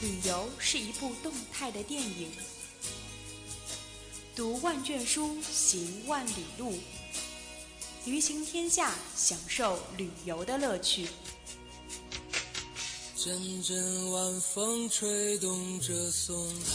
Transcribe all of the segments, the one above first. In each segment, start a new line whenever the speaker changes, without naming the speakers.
旅游是一部动态的电影。读万卷书，行万里路，旅行天下，享受旅游的乐趣。
嗯
阵阵晚风吹动着松涛，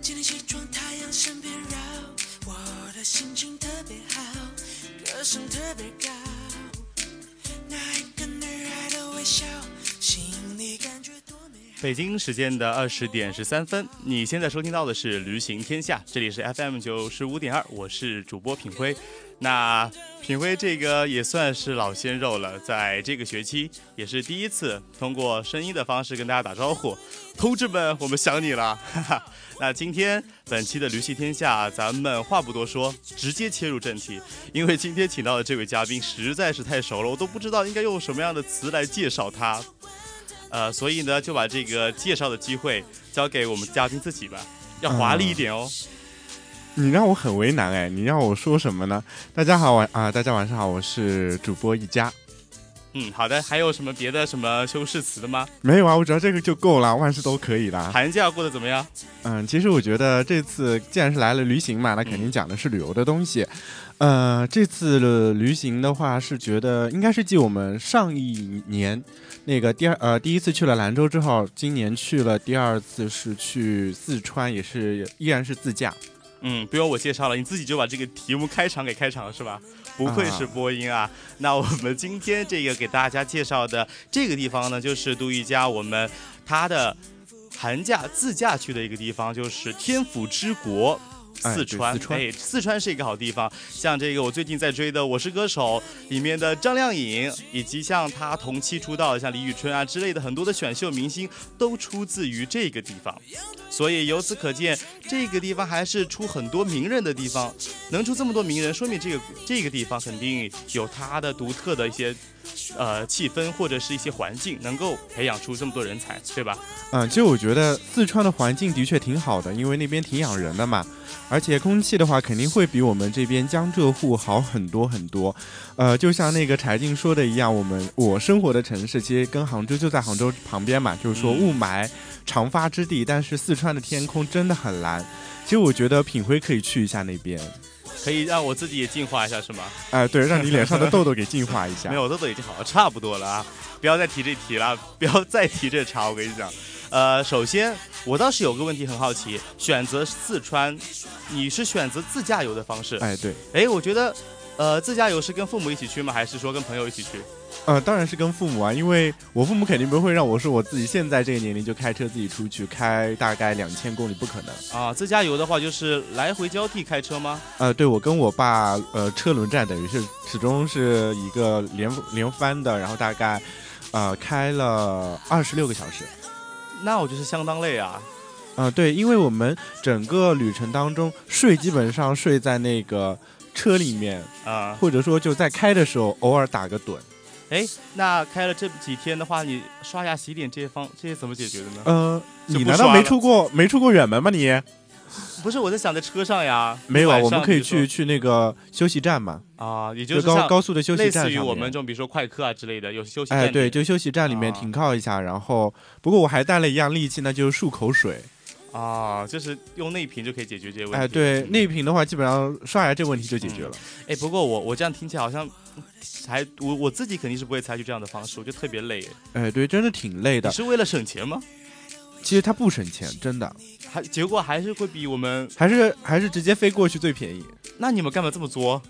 今天起床，太阳身边绕，我的心情特别好，歌声特别高，那一个女孩的微笑，心里感觉多美好。
北京时间的二十点十三分，你现在收听到的是《驴行天下》，这里是 FM 九十五点二，我是主播品辉。那品辉这个也算是老鲜肉了，在这个学期也是第一次通过声音的方式跟大家打招呼，同志们，我们想你了，哈哈。那今天本期的《驴戏天下》，咱们话不多说，直接切入正题，因为今天请到的这位嘉宾实在是太熟了，我都不知道应该用什么样的词来介绍他。呃，所以呢，就把这个介绍的机会交给我们嘉宾自己吧，要华丽一点哦。
你让我很为难哎，你让我说什么呢？大家好，晚啊、大家晚上好，我是主播一佳。
嗯，好的。还有什么别的什么修饰词的吗？
没有啊，我只要这个就够了，万事都可以啦。
寒假过得怎么样？
嗯，其实我觉得这次既然是来了旅行嘛，那肯定讲的是旅游的东西。呃，这次的旅行的话，是觉得应该是继我们上一年那个第二呃第一次去了兰州之后，今年去了第二次是去四川，也是依然是自驾。
嗯，不用我介绍了，你自己就把这个题目开场给开场了是吧？不愧是播音啊！那我们今天这个给大家介绍的这个地方呢，就是杜一家我们他的寒假自驾去的一个地方，就是天府之国。
哎
四
对
川，
四川
哎，四川是一个好地方。像这个我最近在追的《我是歌手》里面的张靓颖，以及像她同期出道的像李宇春啊之类的很多的选秀明星，都出自于这个地方。所以由此可见，这个地方还是出很多名人的地方，能出这么多名人，说明这个这个地方肯定有它的独特的一些，呃，气氛或者是一些环境，能够培养出这么多人才，对吧？
嗯，其实我觉得四川的环境的确挺好的，因为那边挺养人的嘛，而且空气的话肯定会比我们这边江浙沪好很多很多。呃，就像那个柴静说的一样，我们我生活的城市其实跟杭州就在杭州旁边嘛，就是说
嗯
雾霾常发之地，但是四川的天空真的很蓝。其实我觉得品辉可以去一下那边，
可以让我自己也进化一下，是吗？
哎、对，让你脸上的痘痘给净化一 下
没。有，痘痘已经好了，差不多了啊！不要再提这题了， 不要再提这茬，我跟你讲。呃，首先，我倒是有个问题很好奇，选择四川，你是选择自驾游的方式？
哎，对，
哎，我觉得，呃，自驾游是跟父母一起去吗？还是说跟朋友一起去？
呃，当然是跟父母啊，因为我父母肯定不会让我说我自己现在这个年龄就开车自己出去开大概两千公里，不可能。
啊，自驾游的话就是来回交替开车吗？
呃，对我跟我爸，呃，车轮战等于是始终是一个连连番的，然后大概，呃，开了二十六个小时。
那我就是相当累啊。
呃，对，因为我们整个旅程当中睡基本上睡在那个车里面，
啊、
或者说就在开的时候偶尔打个盹。
哎，那开了这几天的话，你刷牙、洗脸这些方这些怎么解决的呢？
呃，
就
你
不
难道
刷
没
了
出过没出过远门吗你？
不是，我在想在车上呀。
没有啊，
晚
我们
上
可以
比如说
去去那个休息站嘛，
啊，也
就是高
像
高速的休息
类
站
似于
上
我
面
们这种，比如说快客啊之类的，有休息站
哎，
点。
对，就休息站里面
啊
停靠一下，然后不过我还带了一样利器，那就是漱口水。
啊，就是用内屏就可以解决这些问题。嗯
哎，对，内屏的话，基本上刷牙这个问题就解决了。
哎，不过我我这样听起来好像还我我自己肯定是不会采取这样的方式，我就特别累。
哎，对，真的挺累
你
的。
是为了省钱吗？
其实它不省钱，真的，
还结果还是会比我们
还是还是直接飞过去最便宜。
那你们干嘛这么作？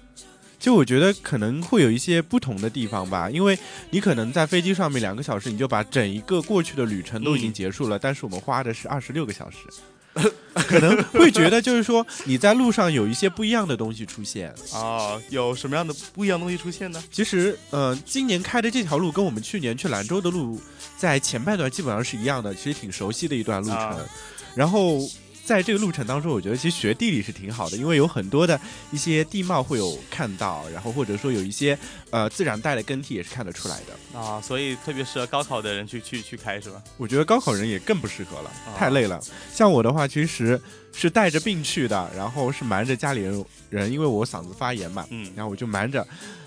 就我觉得可能会有一些不同的地方吧，因为你可能在飞机上面两个小时，你就把整一个过去的旅程都已经
嗯
结束了，但是我们花的是二十六个小时， 可能会觉得就是说你在路上有一些不一样的东西出现。
啊，有什么样的不一样的东西出现呢？
其实，呃，今年开的这条路跟我们去年去兰州的路，在前半段基本上是一样的，其实挺熟悉的一段路程。
啊
然后在这个路程当中，我觉得其实学地理是挺好的，因为有很多的一些地貌会有看到，然后或者说有一些呃自然带的更替也是看得出来的。
啊，所以特别适合高考的人去去去开是吧？
我觉得高考人也更不适合了
啊，
太累了。像我的话，其实是带着病去的，然后是瞒着家里人人，因为我嗓子发炎嘛，
嗯
然后我就瞒着，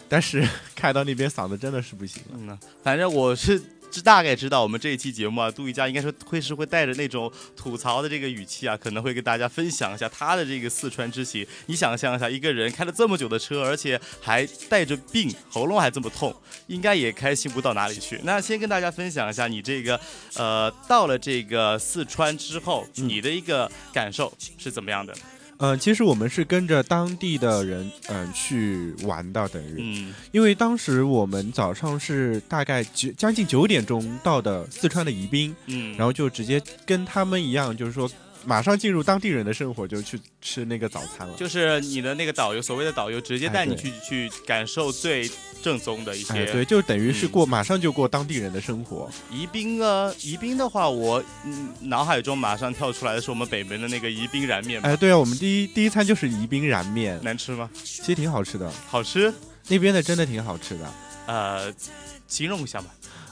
但是 开到那边嗓子真的是不行了。
嗯，反正我是知大概知道，我们这一期节目啊，杜一佳应该是会是会带着那种吐槽的这个语气啊，可能会跟大家分享一下他的这个四川之行。你想象一下，一个人开了这么久的车，而且还带着病，喉咙还这么痛，应该也开心不到哪里去。那先跟大家分享一下你这个，呃，到了这个四川之后，
嗯
你的一个感受是怎么样的？
呃，其实我们是跟着当地的人，嗯、去玩的，等于，
嗯
因为当时我们早上是大概九将近九点钟到的四川的宜宾，
嗯，
然后就直接跟他们一样，就是说马上进入当地人的生活，就去吃那个早餐了。
就是你的那个导游，所谓的导游，直接带你去、去感受最正宗的一些。
哎，对，就等于
嗯
是过，马上就过当地人的生活。
宜宾啊，宜宾的话，我嗯脑海中马上跳出来的是我们北门的那个宜宾燃面嘛，
哎，对啊，我们第一第一餐就是宜宾燃面，
难吃吗？
其实挺好吃的，
好吃？
那边的真的挺好吃的。
呃，形容一下吧。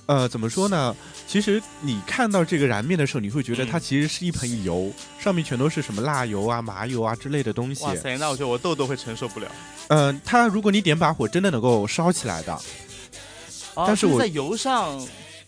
呃，怎么说呢？其实你看到这个燃面的时候，你会觉得它
嗯
其实是一盆油，上面全都是什么辣油啊、麻油啊之类的东西。
哇塞，那我觉得我痘痘会承受不了。
嗯、它如果你点把火，真的能够烧起来的。
哦
啊
但是我
在油上，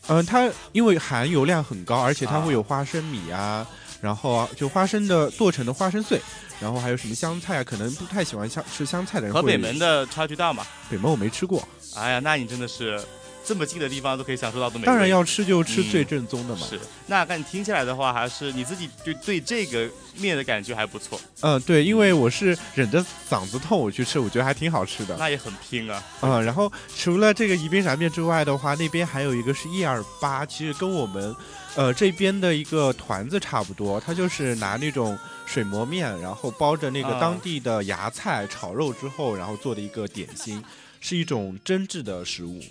嗯、它因为含油量很高，而且它
啊
会有花生米啊，然后啊就花生的做成的花生碎，然后还有什么香菜啊，可能不太喜欢香吃香菜的人
和
会
北门的差距大嘛。
北门我没吃过，
哎呀，那你真的是这么近的地方都可以享受到的美味。
当然要吃就吃
嗯
最正宗的嘛。
是。那看你听起来的话，还是你自己对对这个面的感觉还不错，
嗯、对，因为我是忍着嗓子痛我去吃，我觉得还挺好吃的。
那也很拼啊。
嗯，然后除了这个宜宾燃面之外的话，那边还有一个是一二八，其实跟我们，呃这边的一个团子差不多，它就是拿那种水磨面，然后包着那个
啊
当地的芽菜炒肉之后，然后做的一个点心，是一种蒸制的食物。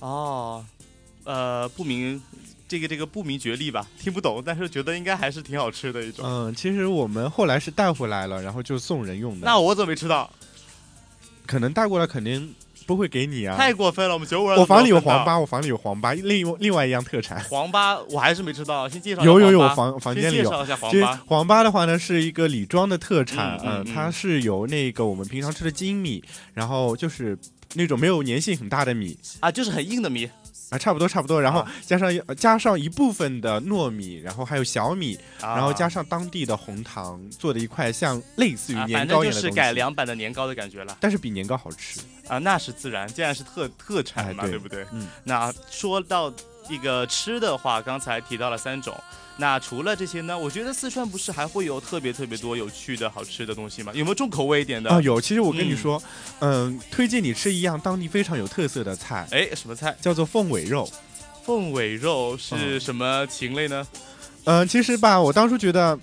哦，呃，不明这个这个不明觉厉吧，听不懂，但是觉得应该还是挺好吃的一种。
嗯，其实我们后来是带回来了，然后就送人用的。
那我怎么没吃到？
可能带过来肯定不会给你啊。
太过分了，我们九五人
我
都没
房里有
分到
黄，八，我房里有黄八，另另外一样特产。
黄八我还是没吃到，先介绍一下
有有有，
黄
我
八
房房
先
间里
介
有。
绍一下黄
其实
八，
黄八的话呢，是一个李庄的特产，
嗯嗯
嗯，
嗯
它是由那个我们平常吃的精米，然后就是那种没有粘性很大的米
啊，就是很硬的米，
啊，差不多差不多，然后
啊
加上、加上一部分的糯米，然后还有小米，
啊
然后加上当地的红糖做的一块像类似于
啊，
年
反
糕
正就
一样的
是
东西，
改良版的年糕的感觉了
但是比年糕好吃。
啊，那是自然，既然是特特产
哎
嘛，
对
不对？
嗯，
那说到这个吃的话，刚才提到了三种。那除了这些呢？我觉得四川不是还会有特别特别多有趣的好吃的东西吗？有没有重口味一点的？
啊，有，其实我跟你
嗯
说，嗯、推荐你吃一样当地非常有特色的菜，
哎，什么菜？
叫做凤尾肉。
凤尾肉是
嗯
什么禽类呢？
嗯，其实吧，我当初觉得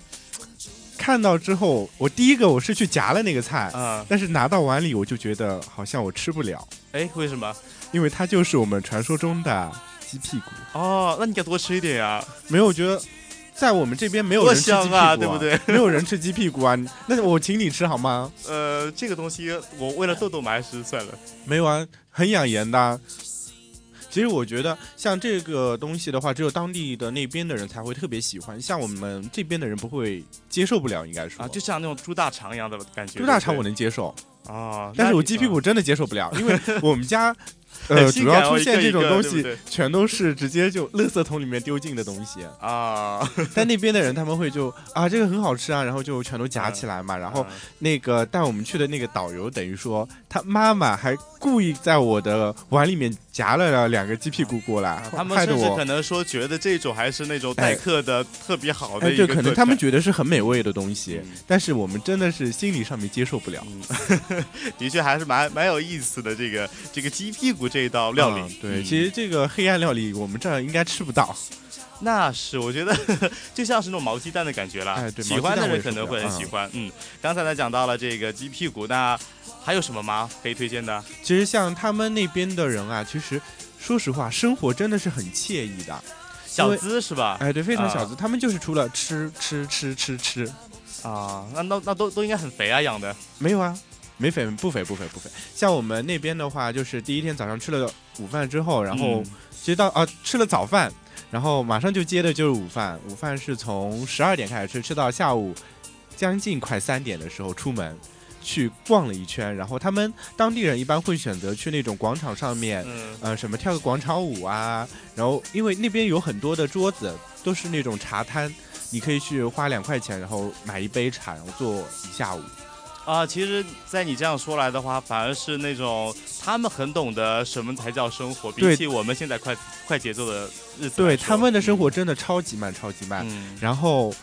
看到之后，我第一个我是去夹了那个菜，
啊，
但是拿到碗里我就觉得好像我吃不了，
哎，为什么？
因为它就是我们传说中的鸡屁股。
哦，那你该多吃一点呀、
没有，我觉得在我们这边没有人吃鸡屁股、
多香啊对不对？
没有人吃鸡屁股啊，那我请你吃好吗？
呃，这个东西我为了豆豆嘛，还是算了。
没有啊，很养颜的啊。其实我觉得像这个东西的话，只有当地的那边的人才会特别喜欢，像我们这边的人不会接受不了，应该说。
啊，就像那种猪大肠一样的感觉。
猪大肠我能接受，
能啊，
但
那
是我
你
鸡屁股真的接受不了，因为我们家，
很
呃，
性
主
感
要
哦
出
一
现
个一
这种
个
东
对不
西
对，
全都是直接就垃圾桶里面丢进的东 西。
啊，
但那边的人他们会就啊，这个很好吃啊，然后就全都夹起来
嗯
嘛。然
啊
后那个带我们去的那个导游，等于说他妈妈还故意在我的碗里面夹了两个鸡屁股过来
啊，他们
害得
甚至
我
可。能说觉得这种还是那种待客的特别好的
哎，
一个
对，
特产、
可能他们觉得是很美味的东西
嗯，
但是我们真的是心理上面接受不了。
的确还是蛮蛮有意思的。这个这个鸡屁股这一道料理，
嗯对，
嗯
其实这个黑暗料理我们这儿应该吃不到。
那是我觉得 就像是那种毛鸡蛋的感觉啦。
哎对
喜欢的
毛
人
鸡蛋我也
可能会很
受不
喜
了
欢。嗯，刚才呢讲到了这个鸡屁股，那还有什么吗？可以推荐的？
其实像他们那边的人啊，其实说实话，生活真的是很惬意的。
小资是吧？
哎，对，非常
啊
小资，他们就是除了吃吃吃吃吃，
啊，那那那都都应该很肥啊，养的
没有啊，没肥不肥不肥不肥。像我们那边的话，就是第一天早上吃了午饭之后，然后
嗯
其实到啊吃了早饭，然后马上就接的就是午饭，午饭是从十二点开始吃，吃到下午将近快三点的时候出门。去逛了一圈，然后他们当地人一般会选择去那种广场上面，
嗯
呃，什么跳个广场舞啊，然后因为那边有很多的桌子，都是那种茶摊，你可以去花两块钱，然后买一杯茶，然后坐一下午。
啊，其实，在你这样说来的话，反而是那种他们很懂得什么才叫生活，比
对
起我们现在快快节奏的日子来说，
对他们的生
嗯，
活真的超级慢，超级慢。
嗯，啊
然后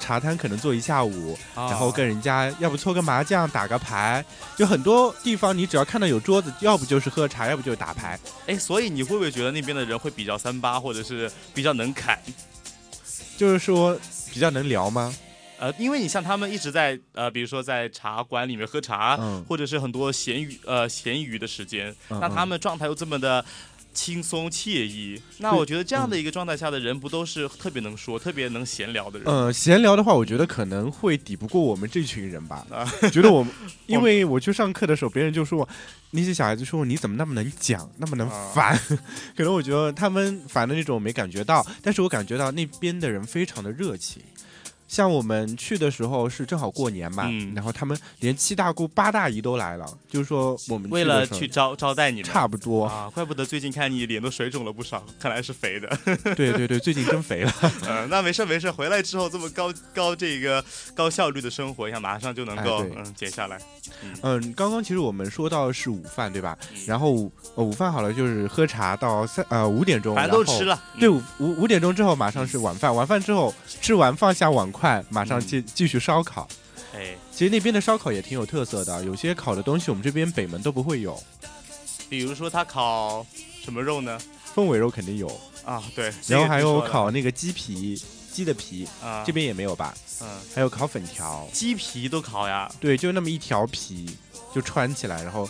茶摊可能坐一下午，然
然
后跟人家要不搓个麻将、打个牌，就很多地方你只要看到有桌子，要不就是喝茶，要不就是打牌。
哎，所以你会不会觉得那边的人会比较三八，或者是比较能侃？
就是说比较能聊吗？
呃，因为你像他们一直在呃，比如说在茶馆里面喝茶，
嗯
或者是很多闲余呃闲余的时间，
嗯
那
嗯
他们状态又这么的轻松惬意，那我觉得这
嗯
样的一个状态下的人，不都是特别能说、特别能闲聊的人？
呃，闲聊的话，我觉得可能会抵不过我们这群人吧。
啊
觉得我 们，因为我去上课的时候，别人就说我那些小孩子说我你怎么那么能讲，那么能
啊
烦。 可能我觉得他们烦的那种没感觉到，但是我感觉到那边的人非常的热情。像我们去的时候是正好过年嘛，
嗯
然后他们连七大姑八大姨都来了，就是说我们
为
去的
了
时候
去招招待你们。
差不多，
啊，怪不得最近看你脸都水肿了不少，看来是肥的。
对对对，最近真肥了。
呃，那没事没事，回来之后这么高高这个高效率的生活，想马上就能
哎
够、
对
嗯减下来。
嗯，刚刚其实我们说到是午饭对吧？然后午、呃、午饭好了就是喝茶到三呃五点钟，
嗯反正都
然后
吃。了，
对，五五五点钟之后马上是晚饭，晚饭之后吃完放下碗筷，马上
嗯
继继续烧烤。
哎，
其实那边的烧烤也挺有特色的，有些烤的东西我们这边北门都不会有，
比如说他烤什么肉呢？
凤尾肉肯定有，
啊，对，这
然后
个
还
听
有
说了
烤那个鸡皮，鸡的皮，
啊，
这边也没有吧？
嗯，
还有烤粉条，
鸡皮都烤呀，
对，就那么一条皮就穿起来，然后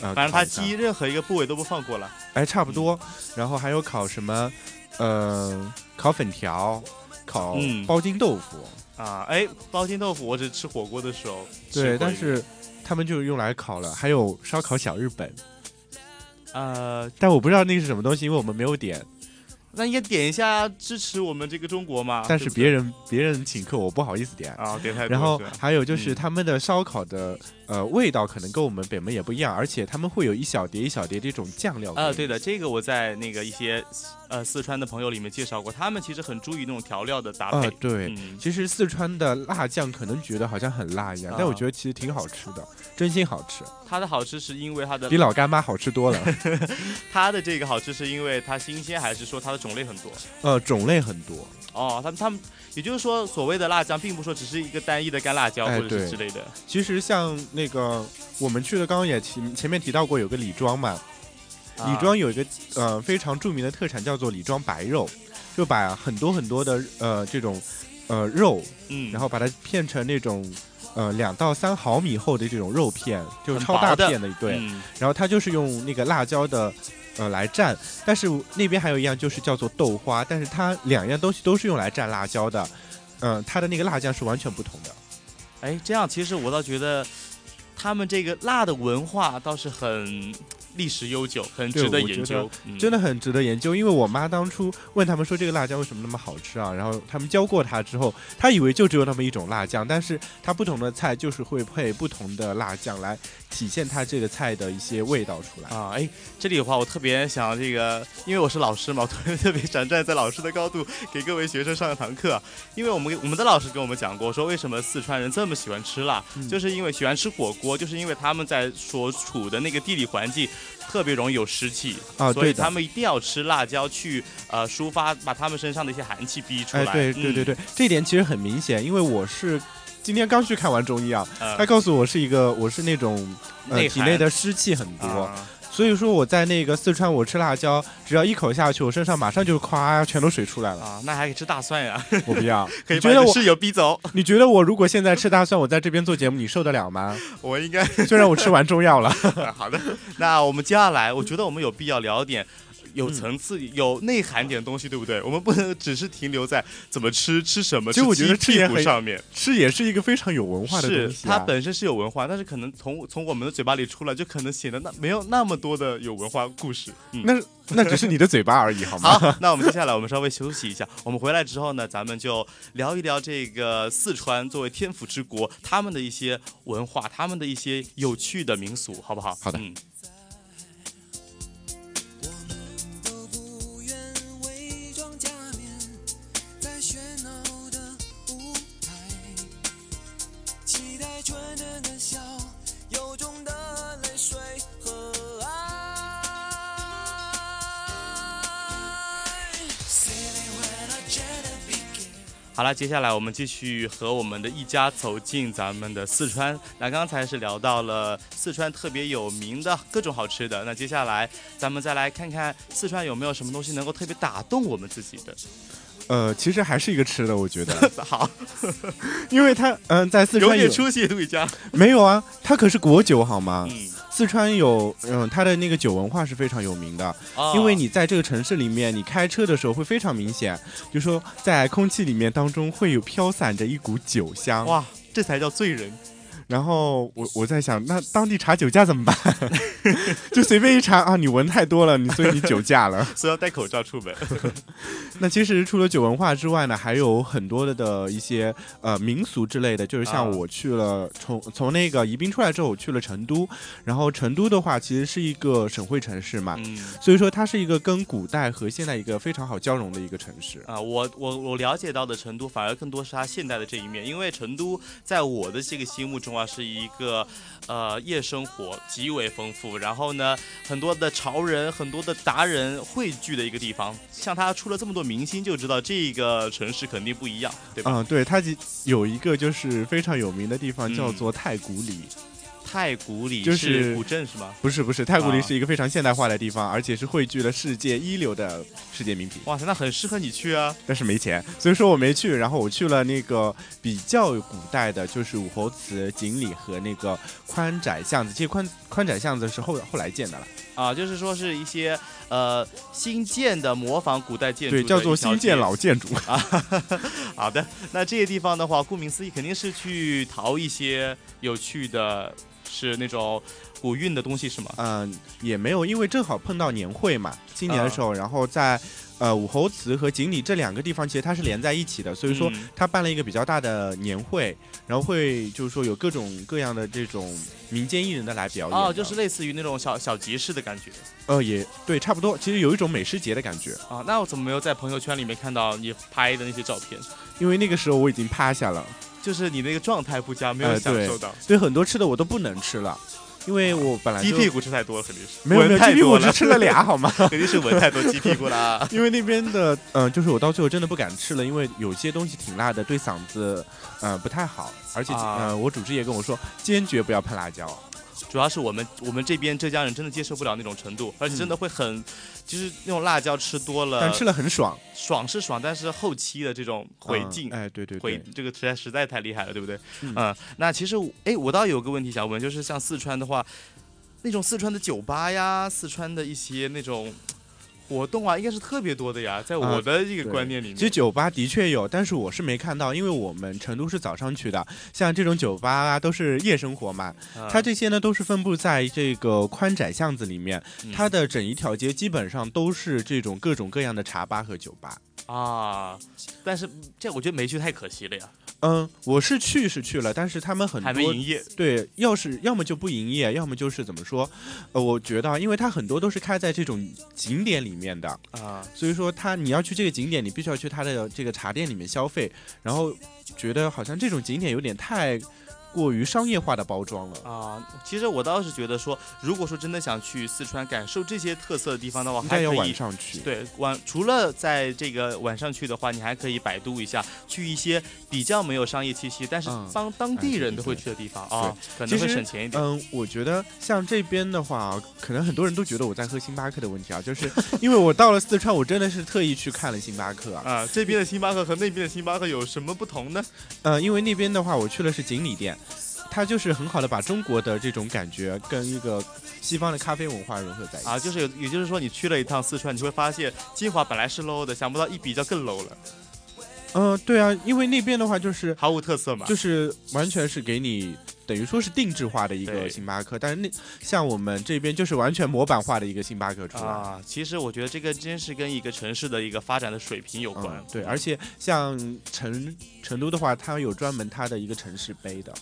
呃，
反正
烤
它
一下
鸡任何一个部位都不放过了。
哎，差不多。然后还有烤什么，呃，烤粉条，烤
嗯
包筋豆腐，
啊，哎，包心豆腐我只吃火锅的时候吃过
对，
一
但
遍
是他们就是用来烤了。还有烧烤小日本，
呃，
但我不知道那个是什么东西，因为我们没有点。
那应该点一下支持我们这个中国嘛。
但
啊对
是
不
别
对
人别人请客，我不好意思点。
啊点太多
然后
是吧
还有就是
嗯
他们的烧烤的呃味道可能跟我们北门也不一样，而且他们会有一小碟一小碟的这种酱料。
啊，对，的，这个我在那个一些呃四川的朋友里面介绍过，他们其实很注意那种调料的搭
啊
配。
对。
嗯，
其实四川的辣酱可能觉得好像很辣一样，但我
啊
觉得其实挺好吃的，真心好吃，
它的好吃是因为它的
比老干妈好吃多了。
它的这个好吃是因为它新鲜，还是说它的种类很多？
呃，种类很多。
哦，他们他们也就是说，所谓的辣酱，并不说只是一个单一的干辣椒
哎
或者
对
是之类的。
其实像那个我们去的，刚刚也提前面提到过，有个李庄嘛，
啊
李庄有一个呃非常著名的特产叫做李庄白肉，就把很多很多的呃这种呃肉，
嗯，
然后把它片成那种。呃，两到三毫米厚的这种肉片，就是
很
超大
薄的
片的一对，
嗯
然后它就是用那个辣椒的，呃，来蘸。但是那边还有一样就是叫做豆花，但是它两样东西都是用来蘸辣椒的，嗯、它的那个辣酱是完全不同的。
哎，这样其实我倒觉得他们这个辣的文化倒是很历史悠久，很
对
值得
我觉
研
得
究。嗯
真的很值得研究。因为我妈当初问他们说这个辣椒为什么那么好吃啊，然后他们教过她之后，她以为就只有那么一种辣酱，但是它不同的菜就是会配不同的辣酱来体现它这个菜的一些味道出来。
啊，哎，这里的话，我特别想这个，因为我是老师嘛，我特别特别想站在老师的高度给各位学生上一堂课，因为我们我们的老师跟我们讲过，说为什么四川人这么喜欢吃辣，就是因为喜欢吃火锅，就是因为他们在所处的那个地理环境特别容易有湿气
啊
所以
对的
他们一定要吃辣椒去呃抒发，把他们身上的一些寒气逼出
哎
来。，嗯
对对对
对，
对，这一点其实很明显，因为我是。今天刚去看完中医啊，
呃
他告诉我是一个我是那种呃
内
体
寒
内的湿气很多，
啊
所以说我在那个四川我吃辣椒，只要一口下去，我身上马上就咵全都水出来了。
啊，那还可以吃大蒜呀、
我不要，
可以把
你觉
你
得
的
我
室友逼 走。
你觉得我如果现在吃大蒜，我在这边做节目，你受得了吗？
我应 该
虽然我吃完中药了，
好的，那我们接下来，我觉得我们有必要聊点有
嗯
层次、有内涵点的东西，对不对？我们不能只是停留在怎么吃、吃什么，
其实我觉得
吃
吃
鸡
也
屁股
很
上面。
吃也是一个非常有文化的
是
东西、啊。
它本身是有文化，但是可能从从我们的嘴巴里出来，就可能显得那没有那么多的有文化故事。嗯，
那那只是你的嘴巴而已，好吗？
好，那 我们接下来我们稍微休息一下，我们回来之后呢，咱们就聊一聊这个四川作为天府之国，他们的一些文化，他们的一些有趣的民俗，好不好？
好的
嗯，
我们都不愿伪装假面，在喧闹的舞台，期待纯真的笑，由衷的泪水和爱。Silly when I try to begin.
好了，接下来我们继续和我们的一家走进咱们的四川。那刚才是聊到了四川特别有名的各种好吃的，那接下来咱们再来看看四川有没有什么东西能够特别打动我们自己的。
呃，其实还是一个吃的，我觉得，
好，
因为它嗯、在四
有
川有
点出息，杜一佳。
没有啊？它可是国酒好吗？
嗯，
四川有嗯，它的那个酒文化是非常有名的，
啊
因为你在这个城市里面，你开车的时候会非常明显，就说在空气里面当中会有飘散着一股酒香。
哦哇，这才叫醉人。
然后我我在想，那当地查酒驾怎么办？ 就随便一查啊，你闻太多了，你所以你酒驾 了。
所以要戴口罩出门。
那其实除了酒文化之外呢，还有很多的的一些呃民俗之类的，就是像
啊
我去了从从那个宜宾出来之后，我去了成都，然后成都的话其实是一个省会城市嘛。
嗯
所以说，它是一个跟古代和现代一个非常好交融的一个城市。
啊，我我我了解到的成都，反而更多是它现代的这一面，因为成都在我的这个心目中啊，是一个呃夜生活极为丰富，然后呢，很多的潮人、很多的达人汇聚的一个地方。像它出了这么多明星，就知道这个城市肯定不一样，对吧？
嗯，对，它其有一个就是非常有名的地方
嗯
叫做太古里，
太古里
就是是
古镇是吗？
不是不是，太古里
啊
是一个非常现代化的地方，而且是汇聚了世界一流的世界名品。
哇塞，那很适合你去啊！
但是没钱，所以说我没去。然后我去了那个比较古代的，就是武侯祠、锦里和那个宽窄巷子。这些宽宽窄巷子是后后来建的了，
啊，就是说是一些呃新建的模仿古代建筑的
对，
一条街，
叫做新建老建筑。
好的，那这些地方的话，顾名思义，肯定是去淘一些有趣的，是那种古韵的东西，是吗？
嗯、也没有，因为正好碰到年会嘛，今年的时候，
啊
然后在呃武侯祠和锦里这两个地方其实它是连在一起的，所以说
嗯
他办了一个比较大的年会，然后会就是说有各种各样的这种民间艺人的来表演的。
哦，就是类似于那种小小集市的感觉
呃也对，差不多，其实有一种美食节的感觉。
啊。那我怎么没有在朋友圈里面看到你拍的那些照片？
因为那个时候我已经趴下了，
就是你那个状态不佳，没有
呃
享
对
受到。
所以很多吃的我都不能吃了，因为我本来
鸡
就
屁股吃太多了，肯定是
没有没
闻
有
太
鸡屁股
多
我只吃了俩，好吗？
肯定是闻太多鸡屁股啦。
因为那边的嗯、呃就是我到最后真的不敢吃了，因为有些东西挺辣的，对嗓子呃不太好，而且、
啊
呃我主治也跟我说坚决不要喷辣椒。
主要是我们我们这边浙江人真的接受不了那种程度，而且真的会很，就是那种辣椒吃多了，
但吃了很爽，
爽是爽，但是后期的这种回
嗯
劲，
哎，对对
回
对，
这个实在实在太厉害了，对不对？嗯
嗯、
那其实我哎，我倒有个问题想问，就是像四川的话，那种四川的酒吧呀，四川的一些那种活动啊，应该是特别多的呀，在我
啊
的这个
对
观念里面，
其实酒吧的确有，但是我是没看到，因为我们成都是早上去的，像这种酒吧啊都是夜生活嘛，
嗯
它这些呢都是分布在这个宽窄巷子里面，
嗯
它的整一条街基本上都是这种各种各样的茶吧和酒吧。
啊，但是这我觉得没去太可惜了呀，
嗯，我是去是去了，但是他们很
还没
多
营业
对，要是要么就不营业，要么就是怎么说，呃，我觉得啊，因为它很多都是开在这种景点里面的，
啊。
所以说它你要去这个景点，你必须要去它的这个茶店里面消费，然后觉得好像这种景点有点太过于商业化的包装了。
啊，其实我倒是觉得说，如果说真的想去四川感受这些特色的地方的话，
应
还
该要
可以
晚上去，
对，晚除了在这个晚上去的话，你还可以百度一下，去一些比较没有商业气息，但是
嗯
帮当地
哎对
人
对
都会
对
去的地方啊、可
其
能会
实
省钱一点。
嗯，我觉得像这边的话，可能很多人都觉得我在喝星巴克的问题啊， 就是因为我到了四川，我真的是特意去看了星巴克啊。
啊，这边的星巴克和那边的星巴克有什么不同呢？
呃，因为那边的话，我去了是锦里店，它就是很好的把中国的这种感觉跟一个西方的咖啡文化融合在一起。
啊，就是有，也就是说，你去了一趟四川，你会发现金华本来是 low 的，想不到一比较更 low 了，
嗯、对啊，因为那边的话就是
毫无特色嘛。
就是完全是给你等于说是定制化的一个
对
星巴克，但是那像我们这边就是完全模板化的一个星巴克出来。
啊，其实我觉得这个真是跟一个城市的一个发展的水平有关。
嗯，对，而且像成成都的话，它有专门它的一个城市杯的，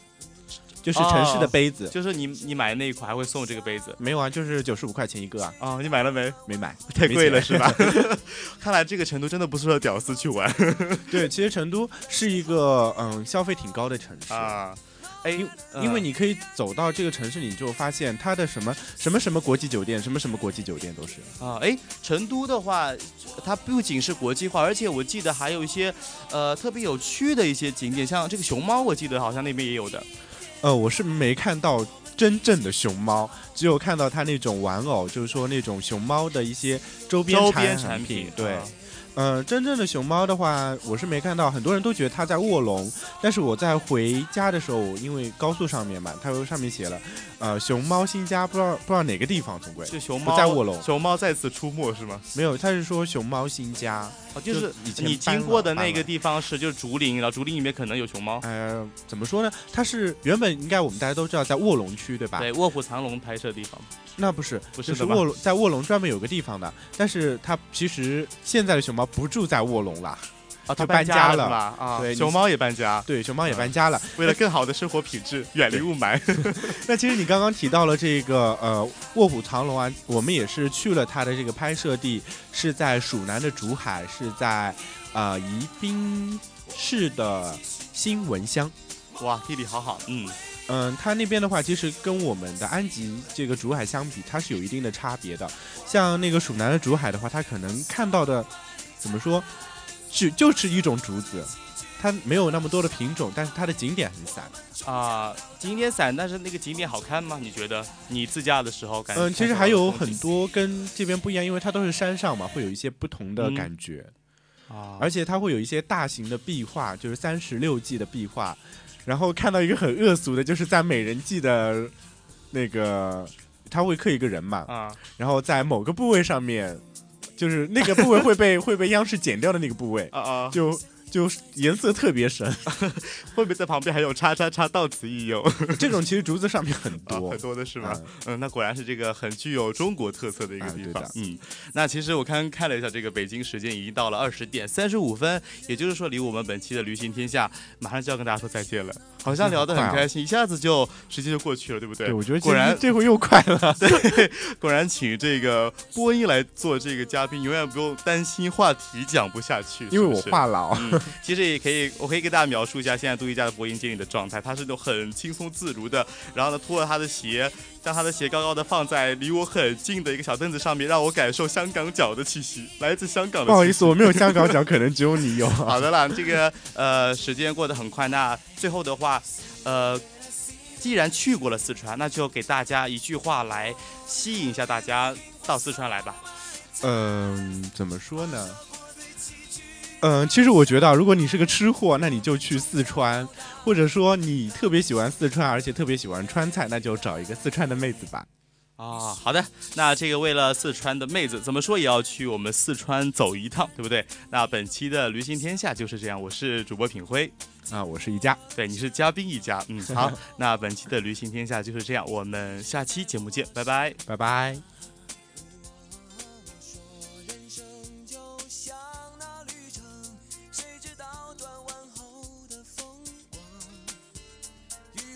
就是城市的杯子。
哦就是你你买那一款还会送这个杯子
没有啊，就是九十五块钱一个啊，
啊？你买了没？
没买，
太
没
贵了
钱。
是吧？看来这个成都真的不适合屌丝去玩
对，其实成都是一个嗯消费挺高的城市，
啊。哎，
因为你可以走到这个城市，你就发现它的什么什么什么国际酒店，什么什么国际酒店都是。
啊，哎，成都的话，它不仅是国际化，而且我记得还有一些呃特别有趣的一些景点，像这个熊猫，我记得好像那边也有的。
呃，我是没看到真正的熊猫，只有看到它那种玩偶，就是说那种熊猫的一些周边
周
产
边
产
产品
对，
啊
嗯、真正的熊猫的话，我是没看到，很多人都觉得它在卧龙，但是我在回家的时候，我因为高速上面嘛，它有上面写了，呃，熊猫新家，不知道不知道哪个地方，总归
这熊
不
猫
在卧龙
熊猫再次出没是吗？
没有，它是说熊猫新家，
哦，就
就是以前
你
搬
经过
了
的
搬
那个
了
地方是就是竹林，然后竹林里面可能有熊猫。
呃，怎么说呢？它是原本应该我们大家都知道在卧龙区，对吧？
对，《卧虎藏龙》拍摄地方
那不是，
不是
就
的
是
吗
卧龙在卧龙专门有个地方的，但是它其实现在的熊猫不住在卧龙了，
啊，
它
它
搬
搬
家
了
了
是吧？啊
对，你
熊猫也搬家，
对，熊猫也搬家了。
为了更好的生活品质，远离雾霾。
那其实你刚刚提到了这个呃卧虎藏龙啊，我们也是去了它的这个拍摄地，是在蜀南的竹海，是在呃宜宾市的新闻乡。
哇，地理好好，嗯，
嗯，它那边的话，其实跟我们的安吉这个竹海相比，它是有一定的差别的。像那个蜀南的竹海的话，它可能看到的怎么说，就就是一种竹子，它没有那么多的品种，但是它的景点很散。
啊，景点散，但是那个景点好看吗？你觉得你自驾的时候感觉？
嗯，其实还有很多跟这边不一样，因为它都是山上嘛，会有一些不同的
嗯
感觉，
啊，
而且它会有一些大型的壁画，就是三十六计的壁画。然后看到一个很 恶俗的，就是在美人计的那个，他会刻一个人嘛，
啊，
然后在某个部位上面，就是那个部位会被 会被央视剪掉的那个部位，
啊啊，
就就颜色特 别深。
会不会在旁边还有叉叉叉？到此一游，
这种其实竹子上面很
啊
多
很。多的是吧
嗯？
嗯，那果然是这个很具有中国特色的一个
啊
地
对
方
的。
嗯，那其实我刚刚看了一下，这个北京时间已经到了二十点三十五分，也就是说离我们本期的《旅行天下》马上就要跟大家说再见了。好像聊得很开心，一下子就时间就过去了，对不对？
嗯啊对，我觉得
果然
这这回又快 了。
果然请这个播音来做这个嘉宾，永远不用担心话题讲不下去，
因为
是
我
不是
话痨，
嗯，其实也可以，我可以给大家描述一下现在杜一佳的播音经理的状态。他是那种很轻松自如的，然后呢，脱了他的鞋，将他的鞋高高的放在离我很近的一个小凳子上面，让我感受香港脚的气息，来自香港的。
不好意思，。我没有香港脚，可能只有你有。
好的啦，这个呃，时间过得很快。那最后的话，呃，既然去过了四川，那就给大家一句话来吸引一下大家到四川来吧。
嗯、怎么说呢？嗯、其实我觉得啊，如果你是个吃货，那你就去四川；或者说你特别喜欢四川，而且特别喜欢川菜，那就找一个四川的妹子吧。
啊，好的，那这个为了四川的妹子，怎么说也要去我们四川走一趟，对不对？那本期的《驴行天下》就是这样，我是主播品辉，
啊，我是一家，
对，你是嘉宾一家， 嗯，好，那本期的《驴行天下》就是这样，我们下期节目见，拜拜。
拜拜。